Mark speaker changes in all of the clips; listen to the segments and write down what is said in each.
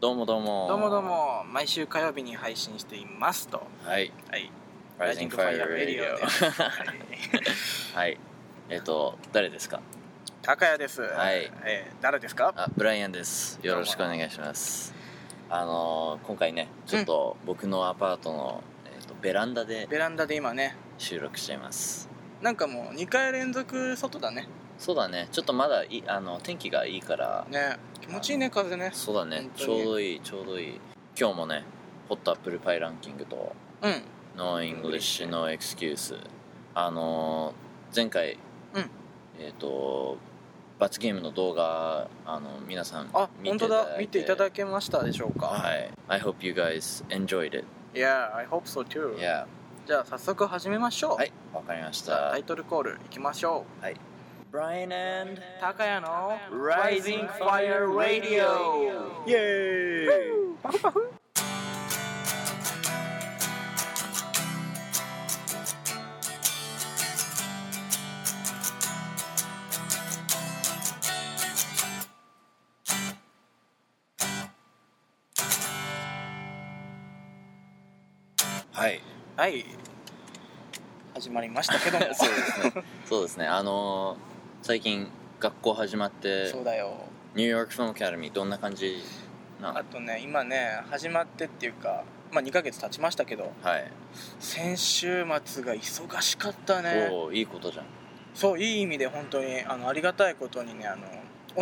Speaker 1: どうもどうも
Speaker 2: どうもどうも毎週火曜日に配信していますと
Speaker 1: はい
Speaker 2: はい
Speaker 1: ライジングファイアレディオ
Speaker 2: ライジングファイアレディオですはい
Speaker 1: はいえっ、と誰ですか
Speaker 2: 高谷です
Speaker 1: はい
Speaker 2: えー誰ですか
Speaker 1: あブライアンですよろしくお願いしますあのー今回ねちょっと僕のアパートの、えーとベランダで
Speaker 2: ベランダで今ね
Speaker 1: 収録しています
Speaker 2: なんかもう2回連続外だね
Speaker 1: そうだねちょっとまだいあの天気がいいから
Speaker 2: ね気持ちいいね風ね
Speaker 1: そうだね
Speaker 2: 本当
Speaker 1: ち
Speaker 2: に
Speaker 1: ょうどいいちょうどいい今日もねホットアップルパイランキングと
Speaker 2: うん
Speaker 1: ノーイングリッシュノーエクスキュースあのー前回、
Speaker 2: うん
Speaker 1: えっ、と罰ゲームの動画あの皆さん
Speaker 2: あ本当だ見ていただ
Speaker 1: き
Speaker 2: けましたでしょうか
Speaker 1: はい I hope you guys enjoyed it
Speaker 2: Yeah I hope so too
Speaker 1: yeah
Speaker 2: じゃあ早速始めましょう
Speaker 1: はいわかりまし
Speaker 2: じゃあ
Speaker 1: た
Speaker 2: タイトルコールいきましょ
Speaker 1: Brian and
Speaker 2: う高谷の
Speaker 1: Rising Fire Radio
Speaker 2: イエーイ
Speaker 1: はい
Speaker 2: はい始まりましたけ ども
Speaker 1: そうですねそうですねあのー最近学校始まって
Speaker 2: そうだよ
Speaker 1: ニューヨークフィルムアカデミーどんな感じなの
Speaker 2: あとね今ね始まってっていうかまあ2ヶ月経ちましたけど
Speaker 1: はい、
Speaker 2: 先週末が忙しかったね
Speaker 1: おおいいことじゃん
Speaker 2: そういい意味で本当にあのありがたいことにねあの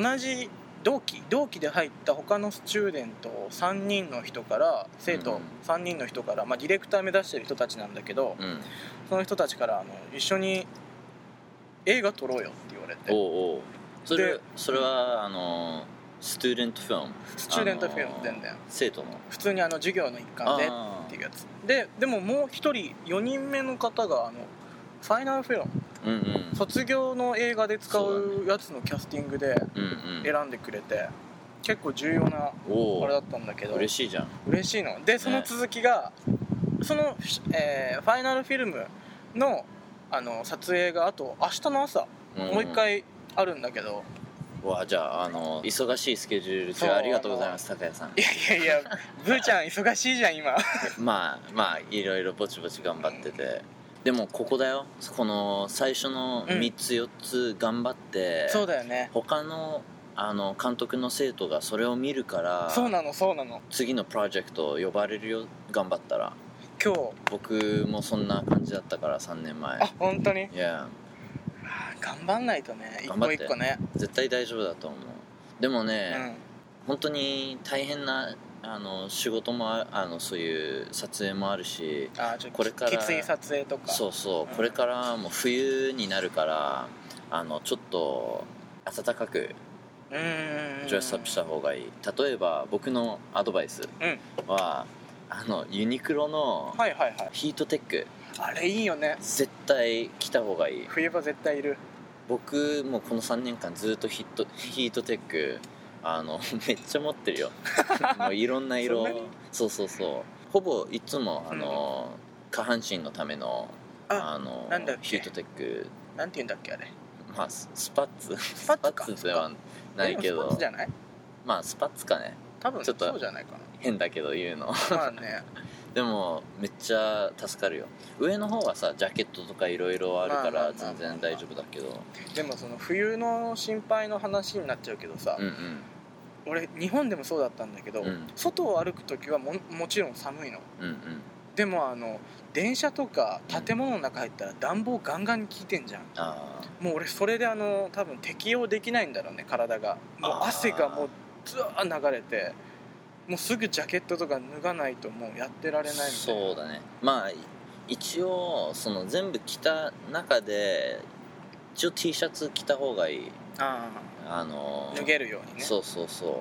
Speaker 2: 同じ同期同期で入った他のスチューデント3人の人から生
Speaker 1: う
Speaker 2: 徒
Speaker 1: ん
Speaker 2: 3人の人から、まあ、ディレクター目指してる人たちなんだけど
Speaker 1: うん
Speaker 2: その人たちからあの一緒に映画撮ろうよって言われ
Speaker 1: おう
Speaker 2: て
Speaker 1: おうそれ
Speaker 2: で
Speaker 1: それはあのスチューデントフィルム
Speaker 2: スチューデントフィルム全然
Speaker 1: 生徒の
Speaker 2: 普通にあの授業の一環で
Speaker 1: あ
Speaker 2: っていうやつででももう一人4人目の方があのファイナルフィロン
Speaker 1: ーうんうん
Speaker 2: 卒業の映画で使
Speaker 1: そう
Speaker 2: うやつのキャスティングで
Speaker 1: うんうん
Speaker 2: 選んでくれて結構重要な
Speaker 1: お
Speaker 2: あれだ
Speaker 1: お
Speaker 2: ったんだけど
Speaker 1: 嬉しいじゃん
Speaker 2: 嬉しいのでその続きが、その、えーファイナルフィルムのあの撮影があと明日の朝
Speaker 1: んん
Speaker 2: もう一回あるんだけど、
Speaker 1: わじゃああの忙しいスケジュール
Speaker 2: そう
Speaker 1: 中ありがとうございます高谷さん
Speaker 2: いやいやいやブーちゃん忙しいじゃん今
Speaker 1: まあまあいろいろぼちぼち頑張っててでもここだよこの最初の
Speaker 2: うん
Speaker 1: 3つ4つ頑張って
Speaker 2: そうだよね
Speaker 1: 他のあの監督の生徒がそれを見るから
Speaker 2: そうなのそうなの
Speaker 1: 次のプロジェクト呼ばれるよ頑張ったら
Speaker 2: 今日
Speaker 1: 僕もそんな感じだったから3年前
Speaker 2: あ本当に
Speaker 1: いや
Speaker 2: あー頑張んないとね一
Speaker 1: 頑張っ
Speaker 2: 個
Speaker 1: て
Speaker 2: 一個ね
Speaker 1: 絶対大丈夫だと思うでも
Speaker 2: う
Speaker 1: ね、
Speaker 2: ん
Speaker 1: 本当に大変なあの仕事もああのそういう撮影もあるし
Speaker 2: あーちょっと
Speaker 1: これから
Speaker 2: きつい撮影とか
Speaker 1: そうそう、
Speaker 2: うん
Speaker 1: これからもう冬になるからあのちょっと暖かく
Speaker 2: うーん
Speaker 1: ドレスアップした方がいい、例えば僕のアドバイス
Speaker 2: うん
Speaker 1: は、あのユニクロの
Speaker 2: はいはいはい
Speaker 1: ヒートテック
Speaker 2: あれいいよね
Speaker 1: 絶対着た方がいい
Speaker 2: 冬場絶対いる
Speaker 1: 僕もうこの3年間ずっとヒットヒートテックあの めっちゃ持ってる よもういろんな色
Speaker 2: そんなに
Speaker 1: そうそうそうほぼいつもあの、下半身のための
Speaker 2: あ
Speaker 1: の
Speaker 2: なんだっけ
Speaker 1: ヒートテック
Speaker 2: なんて言うんだっけあれ
Speaker 1: まあススパッツス
Speaker 2: パッツか
Speaker 1: ではないけ
Speaker 2: でもスポー
Speaker 1: ど
Speaker 2: ツじゃない
Speaker 1: まあスパッツかね
Speaker 2: 多分
Speaker 1: ちょっと
Speaker 2: そうじゃないか
Speaker 1: 変だけど言うの
Speaker 2: なまあね
Speaker 1: でもめっちゃ助かるよ上の方はさジャケットとかいろいろあるか
Speaker 2: まあま
Speaker 1: ら
Speaker 2: あまあまあ
Speaker 1: 全然大丈夫だけど
Speaker 2: でもその冬の心配の話になっちゃうけどさ、
Speaker 1: うん
Speaker 2: 俺日本でもそうだったんだけど、
Speaker 1: うんうん
Speaker 2: 外を歩く時はももちろん寒いの
Speaker 1: うんうん
Speaker 2: でもあの電車とか建物の中入ったら暖房ガンガンに効いてんじゃん
Speaker 1: ああ
Speaker 2: もう俺それであの多分適応できないんだろうね体がもう
Speaker 1: あー
Speaker 2: 汗がもうずわー流れてもうすぐジャケットとか脱がないともうやってられないみたいな
Speaker 1: そうだねまあい一応その全部着た中で一応 T シャツ着た方がいい
Speaker 2: あ
Speaker 1: あの
Speaker 2: ー脱げるようにね
Speaker 1: そうそうそう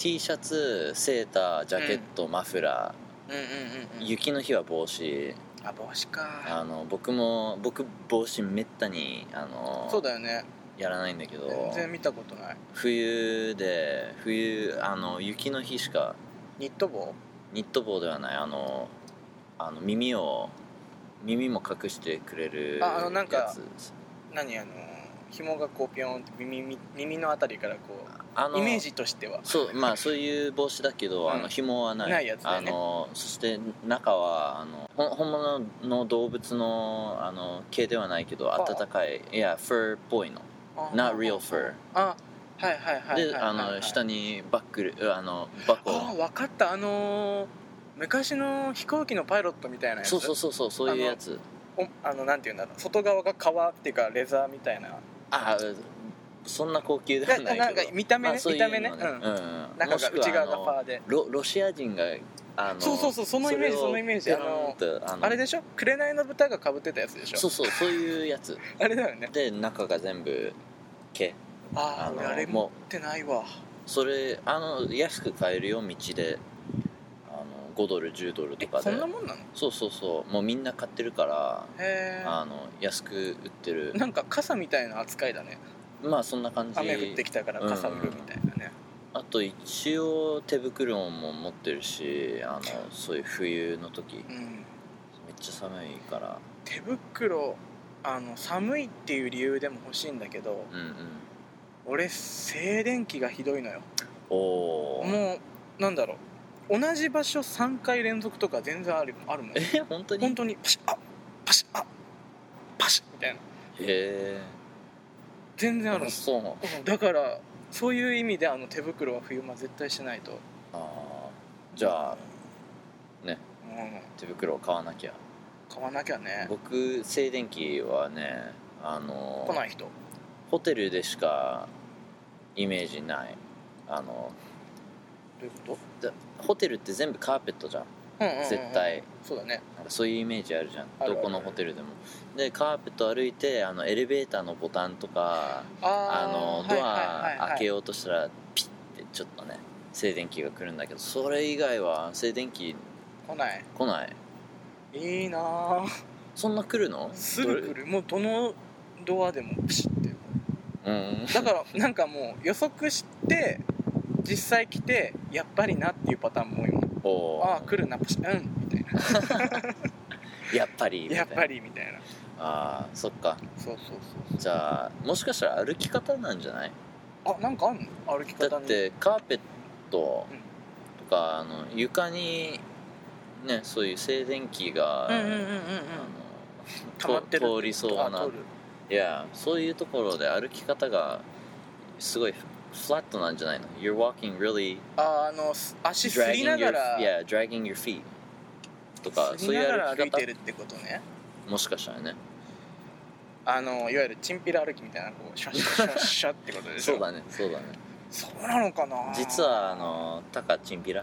Speaker 1: T シャツセータージャケット、マフラ
Speaker 2: うんうん
Speaker 1: ー、
Speaker 2: うんうん
Speaker 1: 雪の日は帽子
Speaker 2: あ帽子か
Speaker 1: あの僕も僕帽子めったにあの
Speaker 2: そうだよね
Speaker 1: やらないんだけど
Speaker 2: 全然見たことない
Speaker 1: 冬で冬あの雪の日しか
Speaker 2: ニット帽
Speaker 1: ニット帽ではないあのあの耳を耳も隠してくれる
Speaker 2: ああのなんか
Speaker 1: やつ
Speaker 2: 何あの紐がこうピョンって耳耳のあたりからこう
Speaker 1: あの
Speaker 2: イメージとしては
Speaker 1: そうまあそういう帽子だけど、
Speaker 2: うん
Speaker 1: あの紐はない
Speaker 2: ないやつだよね
Speaker 1: あのそして中はあのほん本物の動物のあの毛ではないけど
Speaker 2: ああ
Speaker 1: 暖かいいやファーっぽいの
Speaker 2: あ
Speaker 1: not real fur
Speaker 2: あはいはいはいはい
Speaker 1: であの下
Speaker 2: に
Speaker 1: にバックルあのバッグ
Speaker 2: あ
Speaker 1: を
Speaker 2: 分かったあのー昔の飛行機のパイロットみたいなやつ
Speaker 1: そうそうそうそうそういうやつ
Speaker 2: おあのなんていうんだろう外側が革っていうかレザーみたいな
Speaker 1: ああそんな高級では ない
Speaker 2: な
Speaker 1: けど
Speaker 2: なんか見た目
Speaker 1: ま
Speaker 2: ね
Speaker 1: あそうい
Speaker 2: 見
Speaker 1: うの
Speaker 2: た目
Speaker 1: う
Speaker 2: ね、
Speaker 1: んう
Speaker 2: う
Speaker 1: ん
Speaker 2: ん、中
Speaker 1: も
Speaker 2: が
Speaker 1: しくは
Speaker 2: 内側が
Speaker 1: あの
Speaker 2: ファーで
Speaker 1: ロロシア人があの
Speaker 2: そうそうそうそのイメージそのイメージあの
Speaker 1: あ
Speaker 2: あれでしょ紅の豚がかぶってたやつでしょ
Speaker 1: そうそうそういうやつ
Speaker 2: あれだよね
Speaker 1: で中が全部毛
Speaker 2: あ
Speaker 1: あ
Speaker 2: ー
Speaker 1: の
Speaker 2: 俺あれ持
Speaker 1: も
Speaker 2: ってないわ
Speaker 1: うそれあの安く買えるよ道であの5ドル10ドル
Speaker 2: え
Speaker 1: とか
Speaker 2: そ
Speaker 1: で
Speaker 2: んなもんなの
Speaker 1: そうそうそうもうみんな買ってるから
Speaker 2: へ
Speaker 1: あの安く売ってる
Speaker 2: えんか傘みたいな扱いだね
Speaker 1: まあそんな感じ
Speaker 2: 雨降ってきたから傘売るみたいなね、
Speaker 1: あと一応手袋も持ってるしあのそういう冬の時めっ
Speaker 2: うん
Speaker 1: ちゃ寒いから
Speaker 2: 手袋あの寒いっていう理由でも欲しいんだけど
Speaker 1: うんうん
Speaker 2: 俺静電気がひどいのよ
Speaker 1: おおー
Speaker 2: もうなんだろう同じ場所3回連続とか全然あるあるもん
Speaker 1: え本当に
Speaker 2: 本当にパシッあパシッあパシッみたいな
Speaker 1: へ
Speaker 2: 全然ある
Speaker 1: え
Speaker 2: の
Speaker 1: そう
Speaker 2: うんだからそういう意味であの手袋は冬間絶対しないと
Speaker 1: あーじゃあね
Speaker 2: うん
Speaker 1: 手袋を買わなきゃ
Speaker 2: 買わなきゃね
Speaker 1: 僕静電気はねあの
Speaker 2: 来ない人
Speaker 1: ホテルでしかイメージないあの
Speaker 2: どういうこ
Speaker 1: だホテルって全部カーペットじゃん
Speaker 2: と、うんうんうんうん
Speaker 1: 絶対
Speaker 2: そうだね
Speaker 1: なんかそういうイメージあるじゃん
Speaker 2: あるある
Speaker 1: どこのホテルでもでカーペット歩いてあのエレベーターのボタンとかあの
Speaker 2: ー
Speaker 1: ド
Speaker 2: はいはいはいは
Speaker 1: ア
Speaker 2: い
Speaker 1: 開けようとしたらピッてちょっとね静電気が来るんだけどそれ以外は静電気
Speaker 2: 来ない
Speaker 1: 来ない
Speaker 2: いいなあ
Speaker 1: そんな来るの
Speaker 2: すぐ来るもうどのドアでもピシッ
Speaker 1: ど
Speaker 2: て
Speaker 1: れうん
Speaker 2: だからなんかもう予測して実際来てやっぱりなっていうパターンも今
Speaker 1: おー
Speaker 2: ああ来るなパシッうんみたいな
Speaker 1: やっぱりみたい
Speaker 2: や
Speaker 1: な
Speaker 2: っぱりみたいな
Speaker 1: ああそっか
Speaker 2: そうそう
Speaker 1: じゃあもしかしたら歩き方なんじゃない
Speaker 2: そうあなんかあんの歩き方に
Speaker 1: だってカーペット
Speaker 2: うん
Speaker 1: とかあの床にねそういう静電気が、
Speaker 2: うんうんうんうんうん
Speaker 1: あの
Speaker 2: 溜まってる
Speaker 1: と通りそう
Speaker 2: あ
Speaker 1: な
Speaker 2: 通る
Speaker 1: いやそういうところで歩き方がすごいフフラットなんじゃないの You're walking really
Speaker 2: ああのす足すり
Speaker 1: dragging
Speaker 2: なが
Speaker 1: your,
Speaker 2: ら
Speaker 1: yeah, dragging your feet とか
Speaker 2: す
Speaker 1: そう
Speaker 2: り
Speaker 1: い
Speaker 2: なが
Speaker 1: う
Speaker 2: ら
Speaker 1: 歩
Speaker 2: 歩
Speaker 1: き
Speaker 2: いて
Speaker 1: 方
Speaker 2: るってことね
Speaker 1: もしかしたらね
Speaker 2: あのいわゆるチンピラ歩きみたいなこうシャッ シャッシャッシャッってことでしょ
Speaker 1: そうだねそうだね
Speaker 2: そうなのかな
Speaker 1: 実はあのタカチンピラ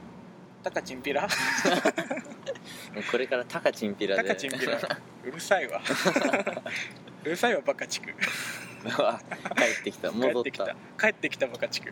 Speaker 2: タカチンピラ
Speaker 1: これからタカチンピラ
Speaker 2: タ
Speaker 1: で
Speaker 2: カチン ピラうるさいわうるさいわバカチク
Speaker 1: あ帰ってきた
Speaker 2: 帰
Speaker 1: 戻
Speaker 2: っ
Speaker 1: って
Speaker 2: き
Speaker 1: た
Speaker 2: た帰ってきたバカチク
Speaker 1: い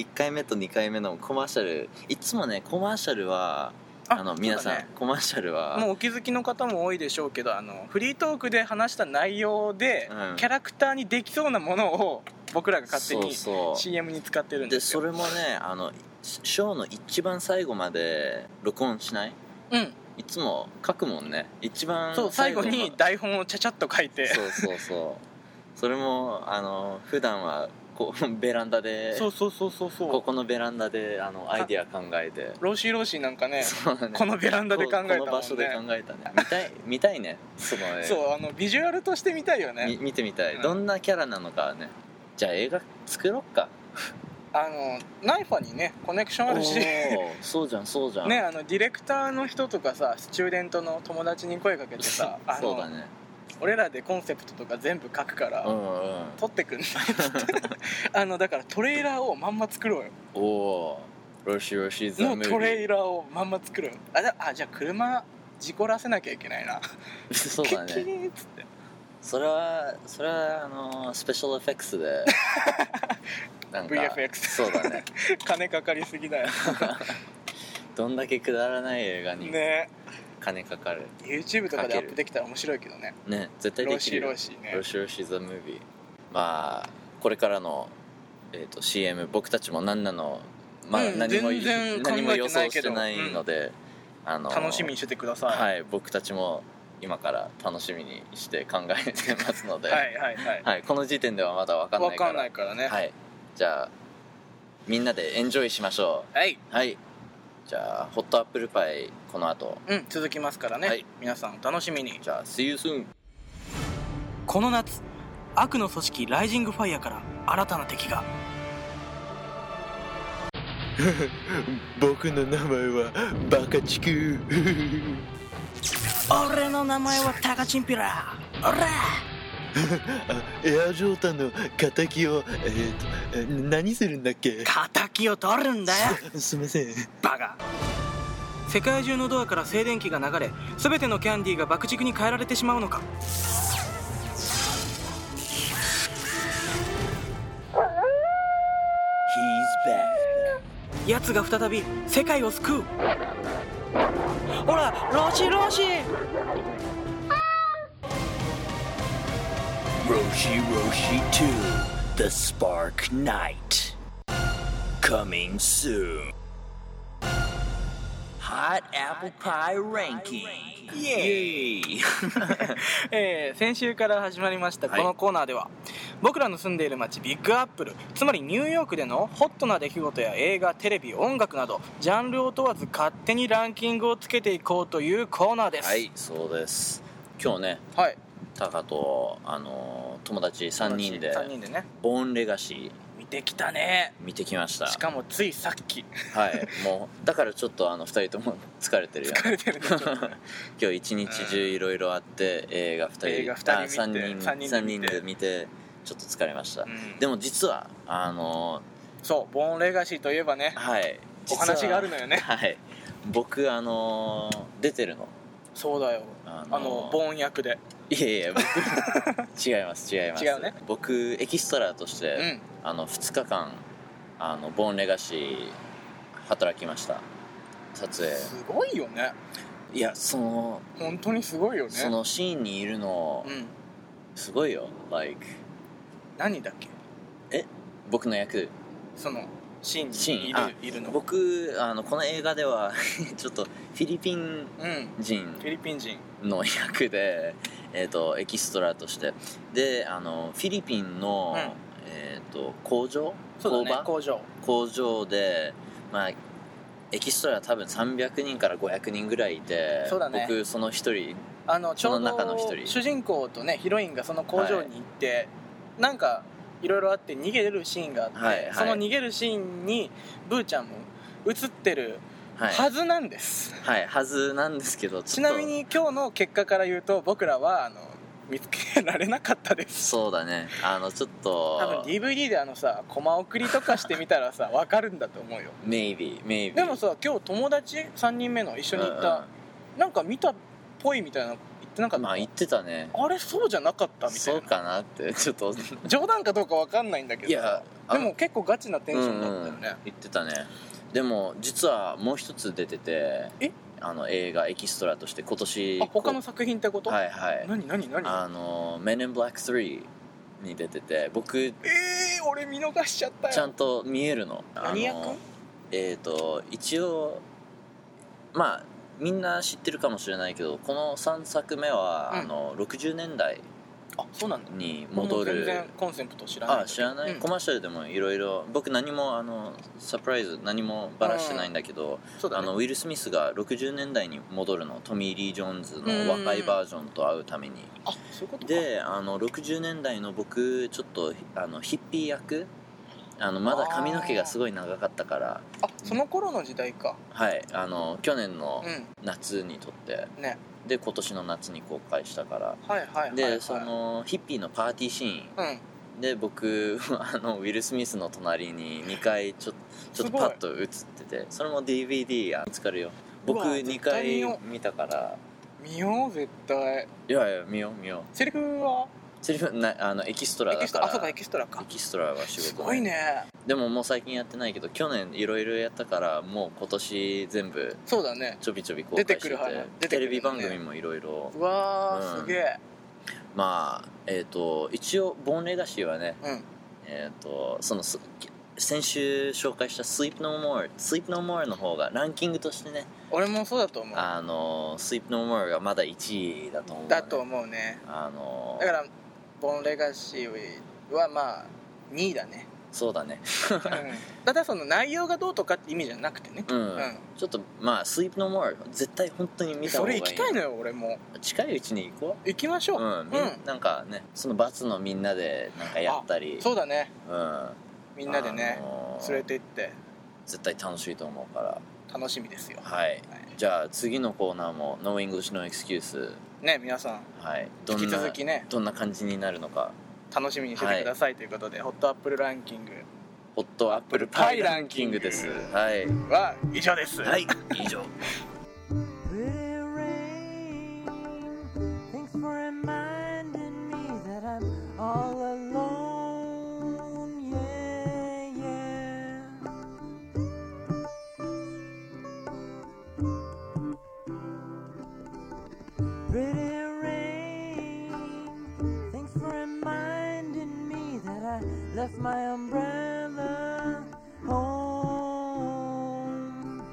Speaker 1: 1回目と2回目のコマーシャルいつもねコマーシャルは あの皆さん、コマーシャルは
Speaker 2: もうお気づきの方も多いでしょうけどあのフリートークで話した内容で、
Speaker 1: うん
Speaker 2: キャラクターにできそうなものを僕らが勝手に
Speaker 1: そうそ
Speaker 2: CM に使ってる
Speaker 1: うんで
Speaker 2: です
Speaker 1: そ
Speaker 2: よ
Speaker 1: れもねあのシショーの一番最後まで録音しない
Speaker 2: うん
Speaker 1: いつも書くもんね一番
Speaker 2: そう最後に
Speaker 1: の
Speaker 2: 台本をちゃちゃっと書いて
Speaker 1: そうそうそうそれもあの普段はこうベランダで
Speaker 2: そうそうそうそ
Speaker 1: こ
Speaker 2: うそ
Speaker 1: このベランダであのアイディア考えて
Speaker 2: うローシーローシーなんかね
Speaker 1: そうだね
Speaker 2: このベランダで考えたもんね
Speaker 1: この場所で考えたね見たい 見たいねその絵
Speaker 2: そうあのビジュアルとして見たいよ
Speaker 1: み
Speaker 2: ね
Speaker 1: 見てみたい、
Speaker 2: うん
Speaker 1: どんなキャラなのかねじゃあ映画作ろっか
Speaker 2: あのナイファにねコネクションあるし
Speaker 1: お
Speaker 2: ね
Speaker 1: ーそうじゃんそうじゃん、
Speaker 2: あのディレクターの人とかさスチューデントの友達に声かけてさ あ
Speaker 1: そうだ
Speaker 2: の
Speaker 1: ね
Speaker 2: 俺らでコンセプトとか全部書くから、
Speaker 1: うんうん
Speaker 2: 撮ってくんない あのだからトレーラーをまんま作ろうよ
Speaker 1: おおーロシロシザム
Speaker 2: のトレ
Speaker 1: イ
Speaker 2: ーラーをまんま作ろうよあだあじゃあ車事故らせなきゃいけないな
Speaker 1: そうだ
Speaker 2: キッキ
Speaker 1: ね
Speaker 2: ーっつって
Speaker 1: それはそれはあのースペシャルエフェクス でなんか
Speaker 2: VFX
Speaker 1: そうだね
Speaker 2: 金かかりすぎだよ
Speaker 1: どんだけくだらない映画に
Speaker 2: ね
Speaker 1: 金かかる
Speaker 2: YouTube とかで
Speaker 1: かけ
Speaker 2: アッ
Speaker 1: る
Speaker 2: プできたら面白いけどね
Speaker 1: ね絶対
Speaker 2: ロ
Speaker 1: で
Speaker 2: ー
Speaker 1: き
Speaker 2: シー
Speaker 1: る
Speaker 2: ロ
Speaker 1: よ
Speaker 2: ーシーね
Speaker 1: ロシロシザムービーまあこれからの、えー、と CM 僕たちも何なのまあ
Speaker 2: うん
Speaker 1: 何も,、
Speaker 2: 全然考えてない
Speaker 1: 何
Speaker 2: けど
Speaker 1: も予想してないので、あの
Speaker 2: 楽しみにしててください、
Speaker 1: はい僕たちも今から楽しみにして考えてますので、
Speaker 2: はいはいはい
Speaker 1: はいこの時点ではまだ分かん
Speaker 2: わ
Speaker 1: ないから
Speaker 2: かんないからね、
Speaker 1: はい、じゃあみんなでエンジョイしましょ
Speaker 2: はい、
Speaker 1: うはいじゃあホットアップルパイこの後
Speaker 2: うん、続きますからね、
Speaker 1: はい
Speaker 2: 皆さんお楽しみに
Speaker 1: じゃあ See you soon
Speaker 2: この夏悪の組織ライジングファイアから新たな敵が
Speaker 3: 僕の名前はバカチク
Speaker 2: 俺の名前はタカチンピラ俺
Speaker 3: あエアジョータの敵をえーとえ何するんだっけ
Speaker 2: 敵を取るんだよ
Speaker 3: すみません
Speaker 2: バカ世界中のドアから静電気が流れ全てのキャンディーが爆竹に変えられてしまうのか奴が再び世界を救うほらロシロシ
Speaker 4: ロシロシ2 The Spark Knight Coming soon Hot Apple Pie Ranking
Speaker 2: イエーイ えー先週から始まりましたこのコーナーでは、僕らの住んでいる街ビッグアップルつまりニューヨークでのホットな出来事や映画テレビ音楽などジャンルを問わず勝手にランキングをつけていこうというコーナーです
Speaker 1: はいそうです今日ね
Speaker 2: はい
Speaker 1: タカとあの友達3人で
Speaker 2: 3人でね
Speaker 1: ボーンレガシ
Speaker 2: 見てきたね
Speaker 1: ー見てきました
Speaker 2: しかもついさっき
Speaker 1: はいもうだからちょっとあの2人とも疲れてるよね
Speaker 2: 疲 れてるねちょっとね
Speaker 1: 今日一日中いろいろあって映画2人
Speaker 2: 映画二人
Speaker 1: あ
Speaker 2: 見て
Speaker 1: 3人
Speaker 2: 三人で見て
Speaker 1: 三人で見てちょっと疲れました、
Speaker 2: うん
Speaker 1: でも実はあの
Speaker 2: そうボーンレガシーといえばね
Speaker 1: はい
Speaker 2: お
Speaker 1: 実は
Speaker 2: 話があるのよね
Speaker 1: はい僕あの出てるの
Speaker 2: そうだよ
Speaker 1: あ
Speaker 2: あのボーン役で
Speaker 1: いやいや僕 違います違います
Speaker 2: 違うね
Speaker 1: 僕エキストラとし
Speaker 2: う
Speaker 1: て、
Speaker 2: ん
Speaker 1: あの2日間あのボーンレガシー働きました撮影
Speaker 2: すごいよね
Speaker 1: いやその
Speaker 2: 本当にすごいよね
Speaker 1: そのシーンにいるの
Speaker 2: うん
Speaker 1: すごいよ like
Speaker 2: 何だっけ
Speaker 1: 僕の役
Speaker 2: そのシーン
Speaker 1: シ
Speaker 2: に
Speaker 1: ー
Speaker 2: い
Speaker 1: ンあ
Speaker 2: るいるの
Speaker 1: 僕あのこの映画では ちょっとフィリピン
Speaker 2: うん
Speaker 1: 人
Speaker 2: フィリピン人
Speaker 1: の役で、えー、とエキストラとしてであのフィリピンの、
Speaker 2: うん
Speaker 1: えー、と工場
Speaker 2: そうだね
Speaker 1: 工場工
Speaker 2: 工場
Speaker 1: 場で、まあ、エキストラ多分300人から500人ぐらいいて
Speaker 2: そうだね
Speaker 1: 僕その一人
Speaker 2: あのちょう
Speaker 1: その中の一
Speaker 2: ど
Speaker 1: 人
Speaker 2: 主人公とねヒロインがその工場に行って、なんかいろいろあって逃げれるシーンがあって、
Speaker 1: はいはい
Speaker 2: その逃げるシーンにブーちゃんも映ってる
Speaker 1: はいは
Speaker 2: はずなんです、
Speaker 1: い、はずなんですけど
Speaker 2: ち
Speaker 1: ちょっ
Speaker 2: な
Speaker 1: と
Speaker 2: みに今日の結果から言うと僕らはあの見つけられなかったです
Speaker 1: そうだねあのちょっと
Speaker 2: 多分 DVD であのさコマ送りとかしてみたらさ分かるんだと思うよ
Speaker 1: maybe maybe
Speaker 2: でもさ今日友達3人目の一緒に行った、なんか見たっぽいみたいなの言ってなか
Speaker 1: うん
Speaker 2: った、
Speaker 1: まあ言ってたね
Speaker 2: あれそうじゃなかったみたい
Speaker 1: そ
Speaker 2: な
Speaker 1: うかなってちょっと
Speaker 2: 冗談かどうかわかんないんだけ
Speaker 1: い
Speaker 2: ど
Speaker 1: や
Speaker 2: さでも結構ガチなテンションだったよ
Speaker 1: うんうん
Speaker 2: ね、
Speaker 1: 言ってたねでも実はもう一つ出てて
Speaker 2: え
Speaker 1: あの映画エキストラとして今年
Speaker 2: あ他の作品ってこと、
Speaker 1: はいはい
Speaker 2: 何何何
Speaker 1: あの「Men in Black 3」に出てて僕
Speaker 2: えー、俺見逃しちゃったよ
Speaker 1: ちゃんと見えるのあ
Speaker 2: 何役
Speaker 1: のえっ、と一応まあみんな知ってるかもしれないけどこの3作目は、
Speaker 2: うん
Speaker 1: あの60年代
Speaker 2: あそうなんだ
Speaker 1: に戻
Speaker 2: 俺も全然
Speaker 1: る
Speaker 2: コンセプト知らない
Speaker 1: あ知らない、
Speaker 2: うん
Speaker 1: コマーシャルでもいろいろ僕何もあのサプライズ何もバラしてないんだけど、
Speaker 2: そうだ
Speaker 1: あ
Speaker 2: ね
Speaker 1: のウィル・スミスが60年代に戻るのトミー・リー・ジョーンズの若いバージョンと会うために
Speaker 2: あそういうことか
Speaker 1: であの60年代の僕ちょっとあのヒッピー役あのまだ髪の毛がすごい長かったから
Speaker 2: あその頃の時代か
Speaker 1: はいあの去年の
Speaker 2: うん
Speaker 1: 夏に撮って
Speaker 2: ね
Speaker 1: で今年の夏に公開したから
Speaker 2: はいはいはい、はい、
Speaker 1: で、そのヒッピーのパーティーシーン
Speaker 2: うん
Speaker 1: で僕 あのウィル・スミスの隣に2回ちょちょっ
Speaker 2: す
Speaker 1: と
Speaker 2: ごい
Speaker 1: パッと映っててそれも DVD あ見つかるよ僕
Speaker 2: うわ
Speaker 1: 2
Speaker 2: 絶対
Speaker 1: 回
Speaker 2: 見よ
Speaker 1: 見たから
Speaker 2: 見よう絶対
Speaker 1: いやいや見よう見よう
Speaker 2: セリフは
Speaker 1: セリフないあのエキストラ
Speaker 2: エ
Speaker 1: だ
Speaker 2: キス
Speaker 1: か
Speaker 2: ト
Speaker 1: ら
Speaker 2: ラあそうかエキストラか
Speaker 1: エキストラは仕事
Speaker 2: すごいね
Speaker 1: でももう最近やってないけど去年いろいろやったからもう今年全部
Speaker 2: そうだね
Speaker 1: ちょびちょび公開して
Speaker 2: 出
Speaker 1: て
Speaker 2: てくるはず出て
Speaker 1: テ
Speaker 2: くるね
Speaker 1: レビ番組もいろいろ
Speaker 2: うわー、
Speaker 1: うん
Speaker 2: すげえ
Speaker 1: まあえっ、と一応ボーンレガシーはね
Speaker 2: うん
Speaker 1: えっ、とそのす先週紹介した「Sleep No More」「Sleep No More」の方がランキングとしてね
Speaker 2: 俺もそうだと思う
Speaker 1: あの「Sleep No More」がまだ1位だと思う、ね、
Speaker 2: だと思うね
Speaker 1: あの
Speaker 2: だからボーンレガシーはまあ2位だね
Speaker 1: そうだね
Speaker 2: ただその内容がどうとかって意味じゃなくてね、
Speaker 1: うん、
Speaker 2: うん
Speaker 1: ちょっとまあスイープのモア絶対本当に見た方
Speaker 2: そ
Speaker 1: がい
Speaker 2: れ
Speaker 1: い
Speaker 2: 行きたいのよ俺も
Speaker 1: 近いうちに行こ
Speaker 2: 行きましょ
Speaker 1: う
Speaker 2: う、
Speaker 1: うん、み
Speaker 2: うん
Speaker 1: なんかねそのバツのみんなでなんかやったり
Speaker 2: そうだね
Speaker 1: うん
Speaker 2: みんなでね
Speaker 1: あ、のー
Speaker 2: 連れて行って
Speaker 1: 絶対楽しいと思うから
Speaker 2: 楽しみですよ
Speaker 1: はい
Speaker 2: はい
Speaker 1: じゃあ次のコーナーも「No English No Excuse
Speaker 2: ね皆さん」
Speaker 1: はいど
Speaker 2: 引
Speaker 1: んな
Speaker 2: き続きね
Speaker 1: どんな感じになるのか
Speaker 2: 楽しみにしててくださいということで、ホットアップルランキング
Speaker 1: ホットアップルパイランキングですはい
Speaker 2: は以上です、
Speaker 1: はい以上
Speaker 5: Pretty rain, thanks for reminding me that I'm all alone. Yeah, yeah. Pretty rain, thanks for reminding me that I left my umbrella home.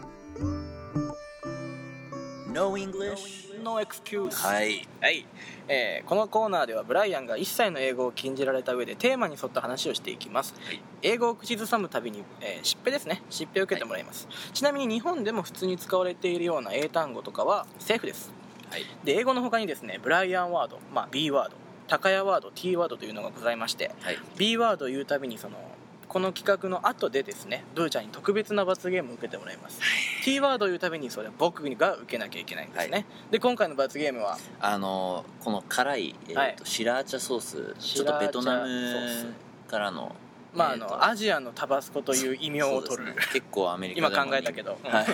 Speaker 1: No English
Speaker 2: のエクスキューズ
Speaker 1: はい
Speaker 2: はいえーこのコーナーではブライアンが一切の英語を禁じられた上でテーマに沿った話をしていきます、英語を口ずさむたびに、えー、疾病ですね疾病を受けてもらいます、ちなみに日本でも普通に使われているような英単語とかはセーフです、
Speaker 1: はい
Speaker 2: で英語の他にですねブライアンワード、まあ、B ワード高屋ワード T ワードというのがございまして
Speaker 1: はい
Speaker 2: B ワードを言うたびにそのこの企画の後でですねブーちゃんに特別な罰ゲームを受けてもらいます T ワードを言うたびにそれは僕が受けなきゃいけないんですね、
Speaker 1: は
Speaker 2: で今回の罰ゲームは
Speaker 1: あのこの辛い、えーと
Speaker 2: はい
Speaker 1: シラーチャソースちょ
Speaker 2: シ
Speaker 1: っと
Speaker 2: ラーチャ
Speaker 1: ベトナ
Speaker 2: ソー
Speaker 1: ムからの
Speaker 2: まああ
Speaker 1: えー
Speaker 2: の、
Speaker 1: と
Speaker 2: アジアのタバスコという異名を取
Speaker 1: そ
Speaker 2: る、
Speaker 1: うですね結構アメリカ
Speaker 2: 今
Speaker 1: でも
Speaker 2: 考えたけど、
Speaker 1: はい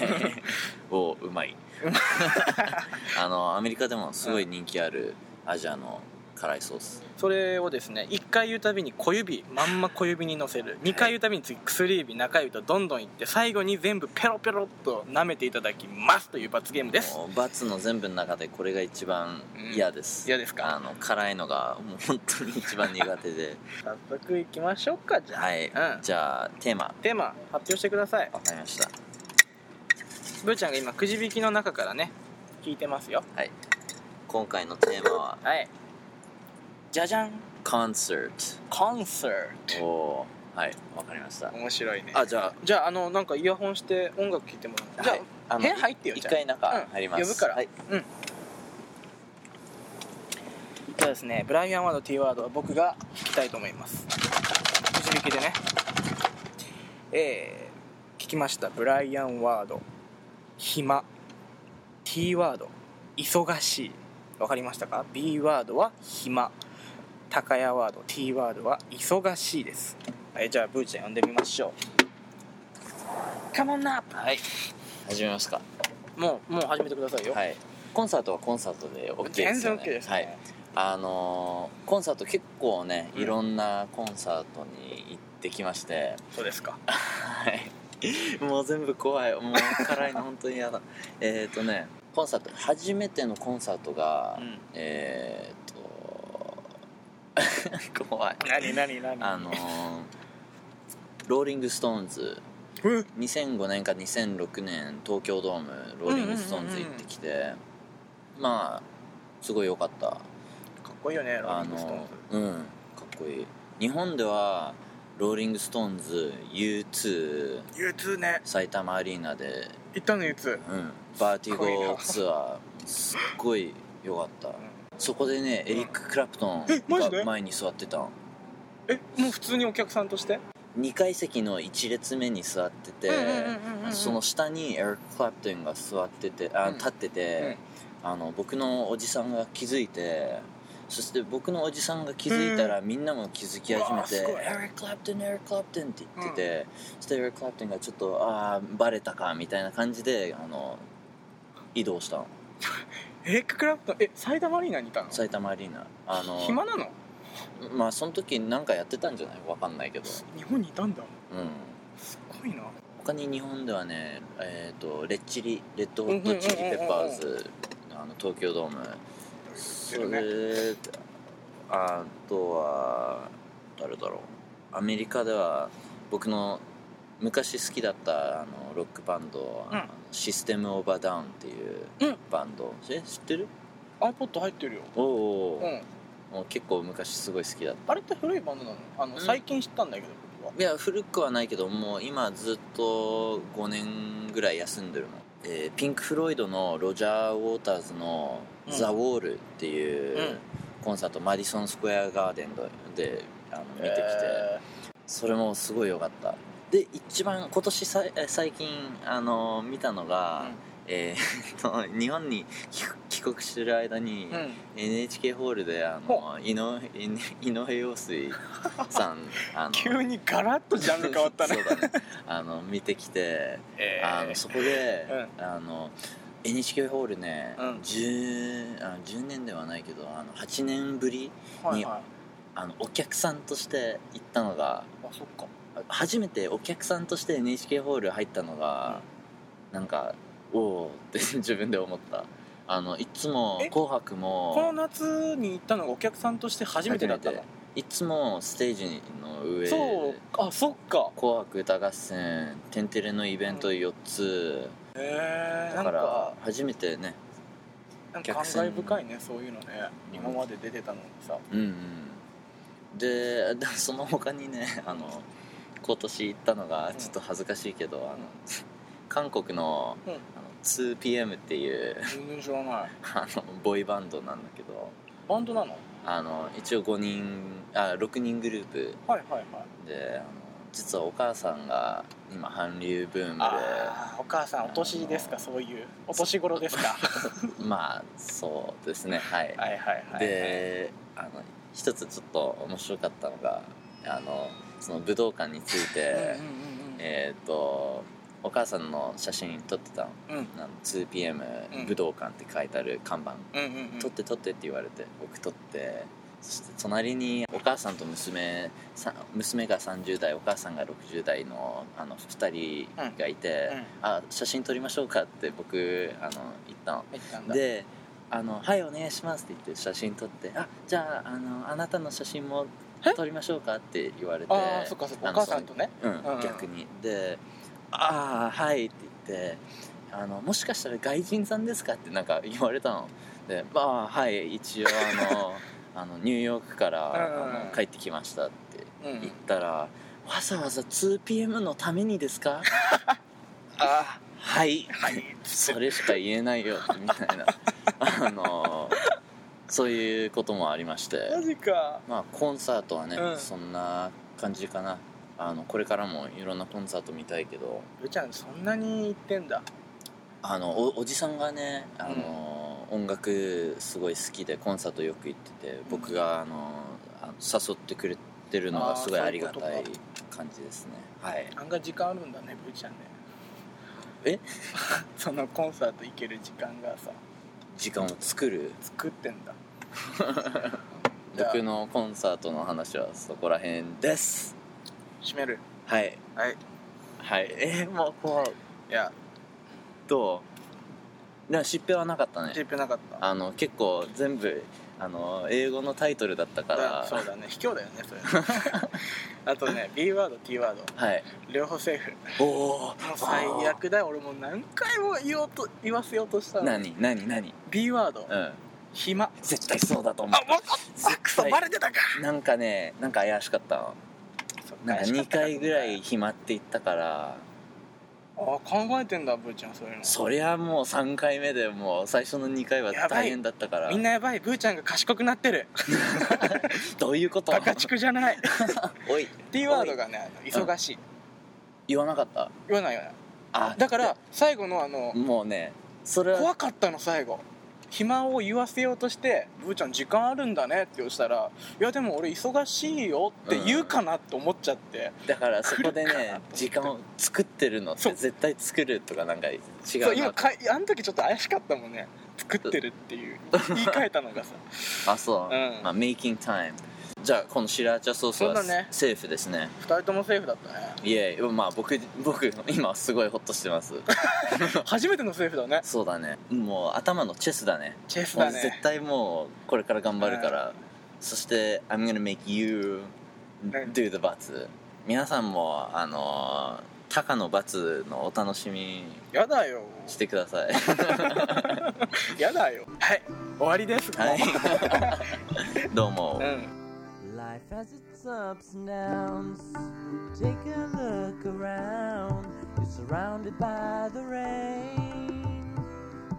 Speaker 1: おう まいあのアメリカでもすごい人気あるアジアの辛いソース
Speaker 2: それをですね1回言うたびに小指まんま小指にのせる2回言うたびに次薬指中指とどんどんいって最後に全部ペロペロっと舐めていただきますという罰ゲームです
Speaker 1: もうバツの全部の中でこれが一番嫌です、
Speaker 2: 嫌ですか
Speaker 1: あの辛いのがもう本当に一番苦手 で
Speaker 2: 早速いきましょうかじゃあ、
Speaker 1: はい、
Speaker 2: うん
Speaker 1: じゃあテーマ
Speaker 2: テーマ発表してください
Speaker 1: わかりました
Speaker 2: ブーちゃんが今くじ引きの中からね聞いてますよ
Speaker 1: はい今回のテーマは
Speaker 2: はいじゃじゃん
Speaker 1: 「コンサー
Speaker 2: コンサー
Speaker 1: ト」おーはいわかりました
Speaker 2: ト面白いね
Speaker 1: あじゃあ
Speaker 2: じゃああのなんかイヤホンして音楽聴いてもらうじゃ
Speaker 1: はい
Speaker 2: あ
Speaker 1: あの
Speaker 2: 部屋入ってよ
Speaker 1: 一
Speaker 2: じゃあ
Speaker 1: 回中入ります、
Speaker 2: うん呼ぶから
Speaker 1: はい
Speaker 2: じゃあですねブライアンワード T ワードは僕が引きたいと思いますくじ引きでねえー、聞きましたブライアンワード暇 T ワード忙しいわかりましたか B ワードは暇高屋ワード T ワードは忙しいですはいじゃあブーちゃん呼んでみましょうカモンナップ
Speaker 1: はい始めますか
Speaker 2: もうもう始めてくださいよ、
Speaker 1: はいコンサートはコンサートで OK ですよね
Speaker 2: 全然 OK ですね、
Speaker 1: はい、あのーコンサート結構ね
Speaker 2: うん
Speaker 1: いろんなコンサートに行ってきまして、
Speaker 2: そうですか
Speaker 1: はい もう全部怖いもう辛いの本当に嫌だ えっとねコンサート初めてのコンサートが、
Speaker 2: うん
Speaker 1: えー、っと 怖い
Speaker 2: 何何何
Speaker 1: あのーローリング・ストーンズ
Speaker 2: うん
Speaker 1: 2005年か2006年東京ドームローリング・ストーンズ行ってきてまあすごい良かった
Speaker 2: かっこいいよねロー
Speaker 1: あ
Speaker 2: リングストーン
Speaker 1: の
Speaker 2: ズ
Speaker 1: うんかっこいい日本ではローリング・ストーンズ U2
Speaker 2: U2 ね
Speaker 1: 埼玉アリーナで、
Speaker 2: 行ったの U2
Speaker 1: うん、バーティ
Speaker 2: すごい
Speaker 1: ゴ
Speaker 2: な
Speaker 1: ツアーすっごい良かったそこでねエリック・クラプトン
Speaker 2: えマジで
Speaker 1: が前に座ってたの
Speaker 2: えもう普通にお客さんとして
Speaker 1: 2階席の1列目に座ってて、その下にエリック・クラプトンが座っててあ
Speaker 2: うん
Speaker 1: 立ってて、あの僕のおじさんが気づいてそして僕のおじさんが気づいたら、みんなも気づき始めて「エ
Speaker 2: うわ
Speaker 1: リック・クラプトンエリック・クラプトン」って言ってて、そしてエリック・クラプトンがちょっと「ああバレたか」みたいな感じであの移動したの
Speaker 2: エリック・クラプトンえ埼玉アリーナにいたの
Speaker 1: 埼玉アリーナあの
Speaker 2: 暇なの
Speaker 1: まあその時なんかやってたんじゃないわかんないけど
Speaker 2: 日本にいたんだ
Speaker 1: うん
Speaker 2: すごいな
Speaker 1: 他に日本ではね、えー、とレッチリレッドホットチリペッパーズあの東京ドームそ
Speaker 2: るね
Speaker 1: れあとは誰だろうアメリカでは僕の昔好きだったあのロックバンド、
Speaker 2: うん
Speaker 1: あのシステム・オーバー・ダウンっていううんバンド、え知ってる
Speaker 2: iPod 入ってるよ
Speaker 1: おうお
Speaker 2: う
Speaker 1: うおうんもう結構昔すごい好きだった
Speaker 2: あれって古いバンドなのあの
Speaker 1: うん
Speaker 2: 最近知ったんだけどはい
Speaker 1: や古くはないけどもう今ずっと5年ぐらい休んでるの、えーピンク・フロイドのロジャー・ウォーターズの「
Speaker 2: うん
Speaker 1: ザ・ウォール」って
Speaker 2: う
Speaker 1: い
Speaker 2: ん
Speaker 1: うコンサート、マディソン・スクエア・ガーデンであの見てきて、
Speaker 2: え
Speaker 1: それもすごい良かったで一番今年さいえ最近あの見たのが、
Speaker 2: うん
Speaker 1: えー っと日本に帰国帰国してる間に、
Speaker 2: ーうん、
Speaker 1: NHK ホールであの井上井上陽水さんあの
Speaker 2: 急にガラッとジャンル変わったね
Speaker 1: そうだねあの見てきて、
Speaker 2: え
Speaker 1: あのそこで、
Speaker 2: う
Speaker 1: あの NHK ホールね、
Speaker 2: うん
Speaker 1: 10あ10年ではないけどあの8年ぶり
Speaker 2: はいはい
Speaker 1: あのお客さんとして行ったのが
Speaker 2: あそっか
Speaker 1: 初めてお客さんとして NHK ホール入ったのが、なんかおおって 自分で思ったあのいつも
Speaker 2: え
Speaker 1: 「紅白も」
Speaker 2: この夏に行ったのがお客さんとして初めてだったの
Speaker 1: 初いつもステージの上
Speaker 2: そうあそっか
Speaker 1: 紅白歌合戦天てれのイベント4つ、
Speaker 2: へえな
Speaker 1: だ
Speaker 2: ん
Speaker 1: から
Speaker 2: か
Speaker 1: 初めてね
Speaker 2: なんか感慨深いねそういうのね今まで出てたのにさ
Speaker 1: うんうんででその他にね あの今年行ったのがちょっと恥ずかしいけど、あの韓国の,、
Speaker 2: うん
Speaker 1: あの 2PM っていう
Speaker 2: 全然知らない
Speaker 1: あのボーイバンドなんだけど
Speaker 2: バンドなの
Speaker 1: あの一応5人あ6人グループ
Speaker 2: はいはいはい
Speaker 1: であの実はお母さんが今韓流ブームで
Speaker 2: あーお母さんお年ですかそういうお年頃ですか
Speaker 1: まあそうですねはい、
Speaker 2: はいはいはい
Speaker 1: であの一つちょっと面白かったのがあのその武道館につい
Speaker 2: うんうん
Speaker 1: て
Speaker 2: うん
Speaker 1: えっ、とお母さんの写真撮ってたの
Speaker 2: うん
Speaker 1: あの 2PM、
Speaker 2: うん
Speaker 1: 武道館って書いてある看板
Speaker 2: うんうんうん
Speaker 1: 撮って撮ってって言われて僕撮ってそして隣にお母さんと娘さ娘が30代お母さんが60代のあの2人がいて、
Speaker 2: うん
Speaker 1: あ写真撮りましょうかって僕あの言ったの
Speaker 2: 入ったんだ
Speaker 1: であの「はいお願いします」って言って写真撮って「あじゃああのあなたの写真も撮りましょうか」って言われて
Speaker 2: ああそっかそっかお
Speaker 1: あの
Speaker 2: 母さんとね
Speaker 1: うん
Speaker 2: うんうん
Speaker 1: 逆にで「ああはい」って言ってあの「もしかしたら外人さんですか?」ってなんか言われたので「まあはい一応あ のあのニューヨークから
Speaker 2: うん
Speaker 1: あの帰ってきました」って
Speaker 2: う
Speaker 1: 言っ
Speaker 2: ん
Speaker 1: たら「わざわざ 2PM のためにですか?
Speaker 2: あ」
Speaker 1: はい
Speaker 2: はい
Speaker 1: それしか言えないよみたいなあのそういうこともありまして
Speaker 2: マジか
Speaker 1: まあコンサートはね、
Speaker 2: うん
Speaker 1: そんな感じかなあのこれからもいろんなコンサート見たいけど
Speaker 2: うちゃんそんなに言ってんだ
Speaker 1: あのおおじさんがねあの、音楽すごい好きでコンサートよく行ってて僕があのあの誘ってくれてるの
Speaker 2: あー
Speaker 1: がすごいありが
Speaker 2: そう
Speaker 1: た
Speaker 2: いう
Speaker 1: い
Speaker 2: こ
Speaker 1: 感じですねはい
Speaker 2: 案外時間あるんだねブーちゃんね
Speaker 1: え
Speaker 2: そのコンサート行ける時間がさ
Speaker 1: 時間を作る
Speaker 2: 作ってんだじゃあ
Speaker 1: 僕のコンサートの話はそこら辺です
Speaker 2: 閉める
Speaker 1: はい
Speaker 2: はい
Speaker 1: はいえー、もうこう
Speaker 2: いや
Speaker 1: どうでも疾病はなかった
Speaker 2: チ
Speaker 1: ね
Speaker 2: ップなかった
Speaker 1: あの結構全部あの英語のタイトルだったか
Speaker 2: だ
Speaker 1: ら
Speaker 2: そうだね卑怯だよね それあとね B ワード T ワード
Speaker 1: はい
Speaker 2: 両方セーフ
Speaker 1: おお
Speaker 2: もう最悪だよ俺もう何回も言おうと言わせようとしたのに
Speaker 1: 何何何
Speaker 2: B ワード
Speaker 1: うん
Speaker 2: 暇
Speaker 1: 絶対そうだと思
Speaker 2: あ
Speaker 1: う
Speaker 2: わかったくそ
Speaker 1: 絶対
Speaker 2: バレてたか
Speaker 1: なんかねなんか怪しかったのなんか2回ぐらい
Speaker 2: あ
Speaker 1: 暇って言ったから
Speaker 2: 考えてんだブーちゃんそういうの
Speaker 1: そりゃもう3回目でもう最初の2回は
Speaker 2: やばい
Speaker 1: 大変だったから
Speaker 2: みんなやばいブーちゃんが賢くなってる
Speaker 1: どういうこと
Speaker 2: バカチクじゃない
Speaker 1: おい
Speaker 2: T ワードがね忙しい
Speaker 1: 言わなかった
Speaker 2: 言わないよね
Speaker 1: あ
Speaker 2: だから最後のあの
Speaker 1: もうねそれは
Speaker 2: 怖かったの最後暇を言わせようとして「ブーちゃん時間あるんだね」って言したら「いやでも俺忙しいよ」って言うかなって思っちゃって、
Speaker 1: だからそこでね時間を作ってるのっ
Speaker 2: そう
Speaker 1: て絶対作るとかなんか違
Speaker 2: そう
Speaker 1: うな
Speaker 2: 今かあの時ちょっと怪しかったもんね作ってるっていう言い換えたのがさ
Speaker 1: あそう、
Speaker 2: うん
Speaker 1: まあメイキングタイムじゃあこのシラーチャソースは
Speaker 2: そうだね
Speaker 1: セーフですね
Speaker 2: 2人ともセーフだっ たね
Speaker 1: いえまあ僕僕今すごいホッとして ます
Speaker 2: 初めてのセーフだね
Speaker 1: そうだねもう頭のチェスだね
Speaker 2: チェスだ
Speaker 1: もう絶
Speaker 2: ね
Speaker 1: 対もうこれから頑張るから、そして「I'm gonna make you
Speaker 2: ん
Speaker 1: do the 罰」皆さんもあのー、タカの罰のお楽しみ
Speaker 2: やだよ
Speaker 1: してください
Speaker 2: やだよはい終わりです
Speaker 1: はい どうも、
Speaker 2: うん
Speaker 5: Life as it its ups and downs. Take a look around, you're surrounded by the rain.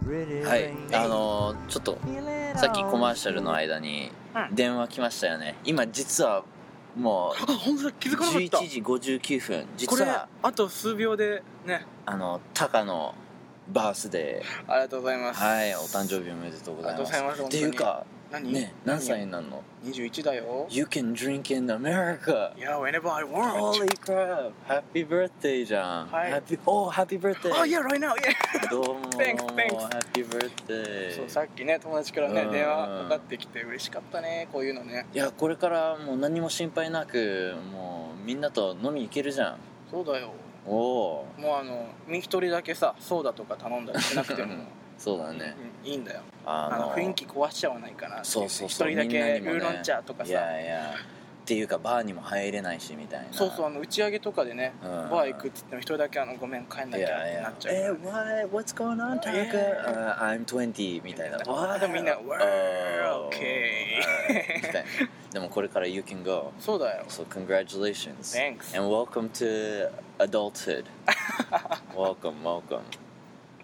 Speaker 5: Pretty
Speaker 1: はい、
Speaker 5: rain.
Speaker 1: あのーちょっと
Speaker 5: Feel it
Speaker 1: さっき
Speaker 5: on
Speaker 1: コマーシャルの
Speaker 5: you.
Speaker 1: 間に
Speaker 2: うん
Speaker 1: 電話来ましたよね今実はもう
Speaker 2: あ本当だ気づかなかった
Speaker 1: 11時59分
Speaker 2: こ
Speaker 1: 実
Speaker 2: れ
Speaker 1: は
Speaker 2: あと数秒でね
Speaker 1: あのタカのバースデ
Speaker 2: ありがとうござい
Speaker 1: ー
Speaker 2: ます
Speaker 1: はいお誕生日おめでとうございます
Speaker 2: ありがとうございます
Speaker 1: っていうか
Speaker 2: 何
Speaker 1: ね何歳になるの
Speaker 2: ?21 だよ
Speaker 1: ?You can drink in America
Speaker 2: Yeah whenever I want
Speaker 1: Holy crap Happy birthday じゃん、
Speaker 2: はい
Speaker 1: Happy Oh happy birthday
Speaker 2: Oh yeah right now yeah
Speaker 1: どうも
Speaker 2: Thanks, thanks.
Speaker 1: Happy birthday
Speaker 2: そうさっきね友達からね
Speaker 1: うん
Speaker 2: 電話かかってきて嬉しかったねこういうのね
Speaker 1: いやこれからもう何も心配なくもうみんなと飲み行けるじゃん
Speaker 2: そうだよ
Speaker 1: おお
Speaker 2: もうあのみ一人だけさソーダとか頼んだりしなくても、
Speaker 1: うんそうだね
Speaker 2: うんいいんだよ
Speaker 1: あ
Speaker 2: あの雰囲気壊しちゃわないかなってい
Speaker 1: そうそうそう
Speaker 2: 一人だ
Speaker 1: みんな
Speaker 2: け
Speaker 1: にもね
Speaker 2: ウーロン茶とか
Speaker 1: い
Speaker 2: さ
Speaker 1: やいやっていうかバーにも入れないしみたいな
Speaker 2: そうそうあ
Speaker 1: う
Speaker 2: の打ち上げとかでね
Speaker 1: うん
Speaker 2: バー行くっつっても一人だけあのごめん帰んないきゃっ
Speaker 1: やい
Speaker 2: てなっ
Speaker 1: や
Speaker 2: ちゃうから
Speaker 1: え what what's going on Taka、
Speaker 2: Yeah.
Speaker 1: Uh, I'm 20みたいな
Speaker 2: あでも みんな
Speaker 1: Wow.
Speaker 2: Wow, okay.
Speaker 1: はいみたいなでもこれから You can go
Speaker 2: そうだ よ
Speaker 1: So congratulations
Speaker 2: Thanks
Speaker 1: And welcome to adulthood. welcome, welcome.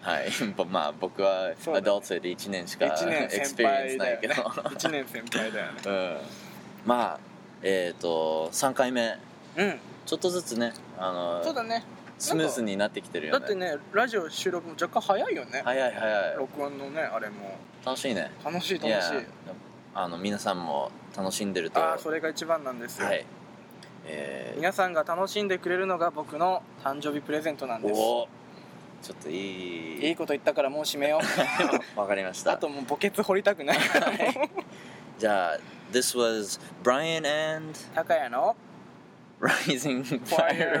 Speaker 1: はい、まあ僕は
Speaker 2: そうだね
Speaker 1: adulthood 1年しか
Speaker 2: 1年
Speaker 1: experience
Speaker 2: 先輩
Speaker 1: な
Speaker 2: だ
Speaker 1: い
Speaker 2: よ
Speaker 1: け
Speaker 2: ね
Speaker 1: ど、
Speaker 2: 1年先輩だ よね
Speaker 1: うん、まあえっ、と3回目
Speaker 2: うん
Speaker 1: ちょっとずつねあ
Speaker 2: そう
Speaker 1: の
Speaker 2: だね
Speaker 1: スムーズになってきてるよ
Speaker 2: だって
Speaker 1: ね
Speaker 2: ねラジオ収録も若干早いよね
Speaker 1: 早い早い
Speaker 2: 録音のねあれも
Speaker 1: 楽しいね
Speaker 2: 楽しい楽
Speaker 1: いや
Speaker 2: しい
Speaker 1: あの皆さんも楽しんでると
Speaker 2: ああそれが一番なんですよ
Speaker 1: はいえー、
Speaker 2: 皆さんが楽しんでくれるのが僕の誕生日プレゼントなんです
Speaker 1: おおちょっといい
Speaker 2: いいこと言ったからもう締めよ う
Speaker 1: わかりました
Speaker 2: あともう墓穴掘りたく ないからもう
Speaker 1: じゃあ This was Brian and
Speaker 2: 高谷の
Speaker 1: Rising
Speaker 2: Fire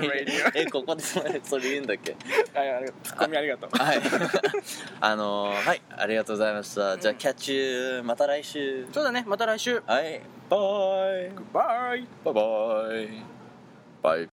Speaker 1: Fire
Speaker 2: Radio
Speaker 1: Radio えここでそれそれ言うんだっけ
Speaker 2: はいありがとうツッコミありが とう
Speaker 1: はい あのーはいありがとうございましたじゃあ、catch you また来週
Speaker 2: そうだねまた来週
Speaker 1: はいバイ
Speaker 2: バイ
Speaker 1: バイバイバイ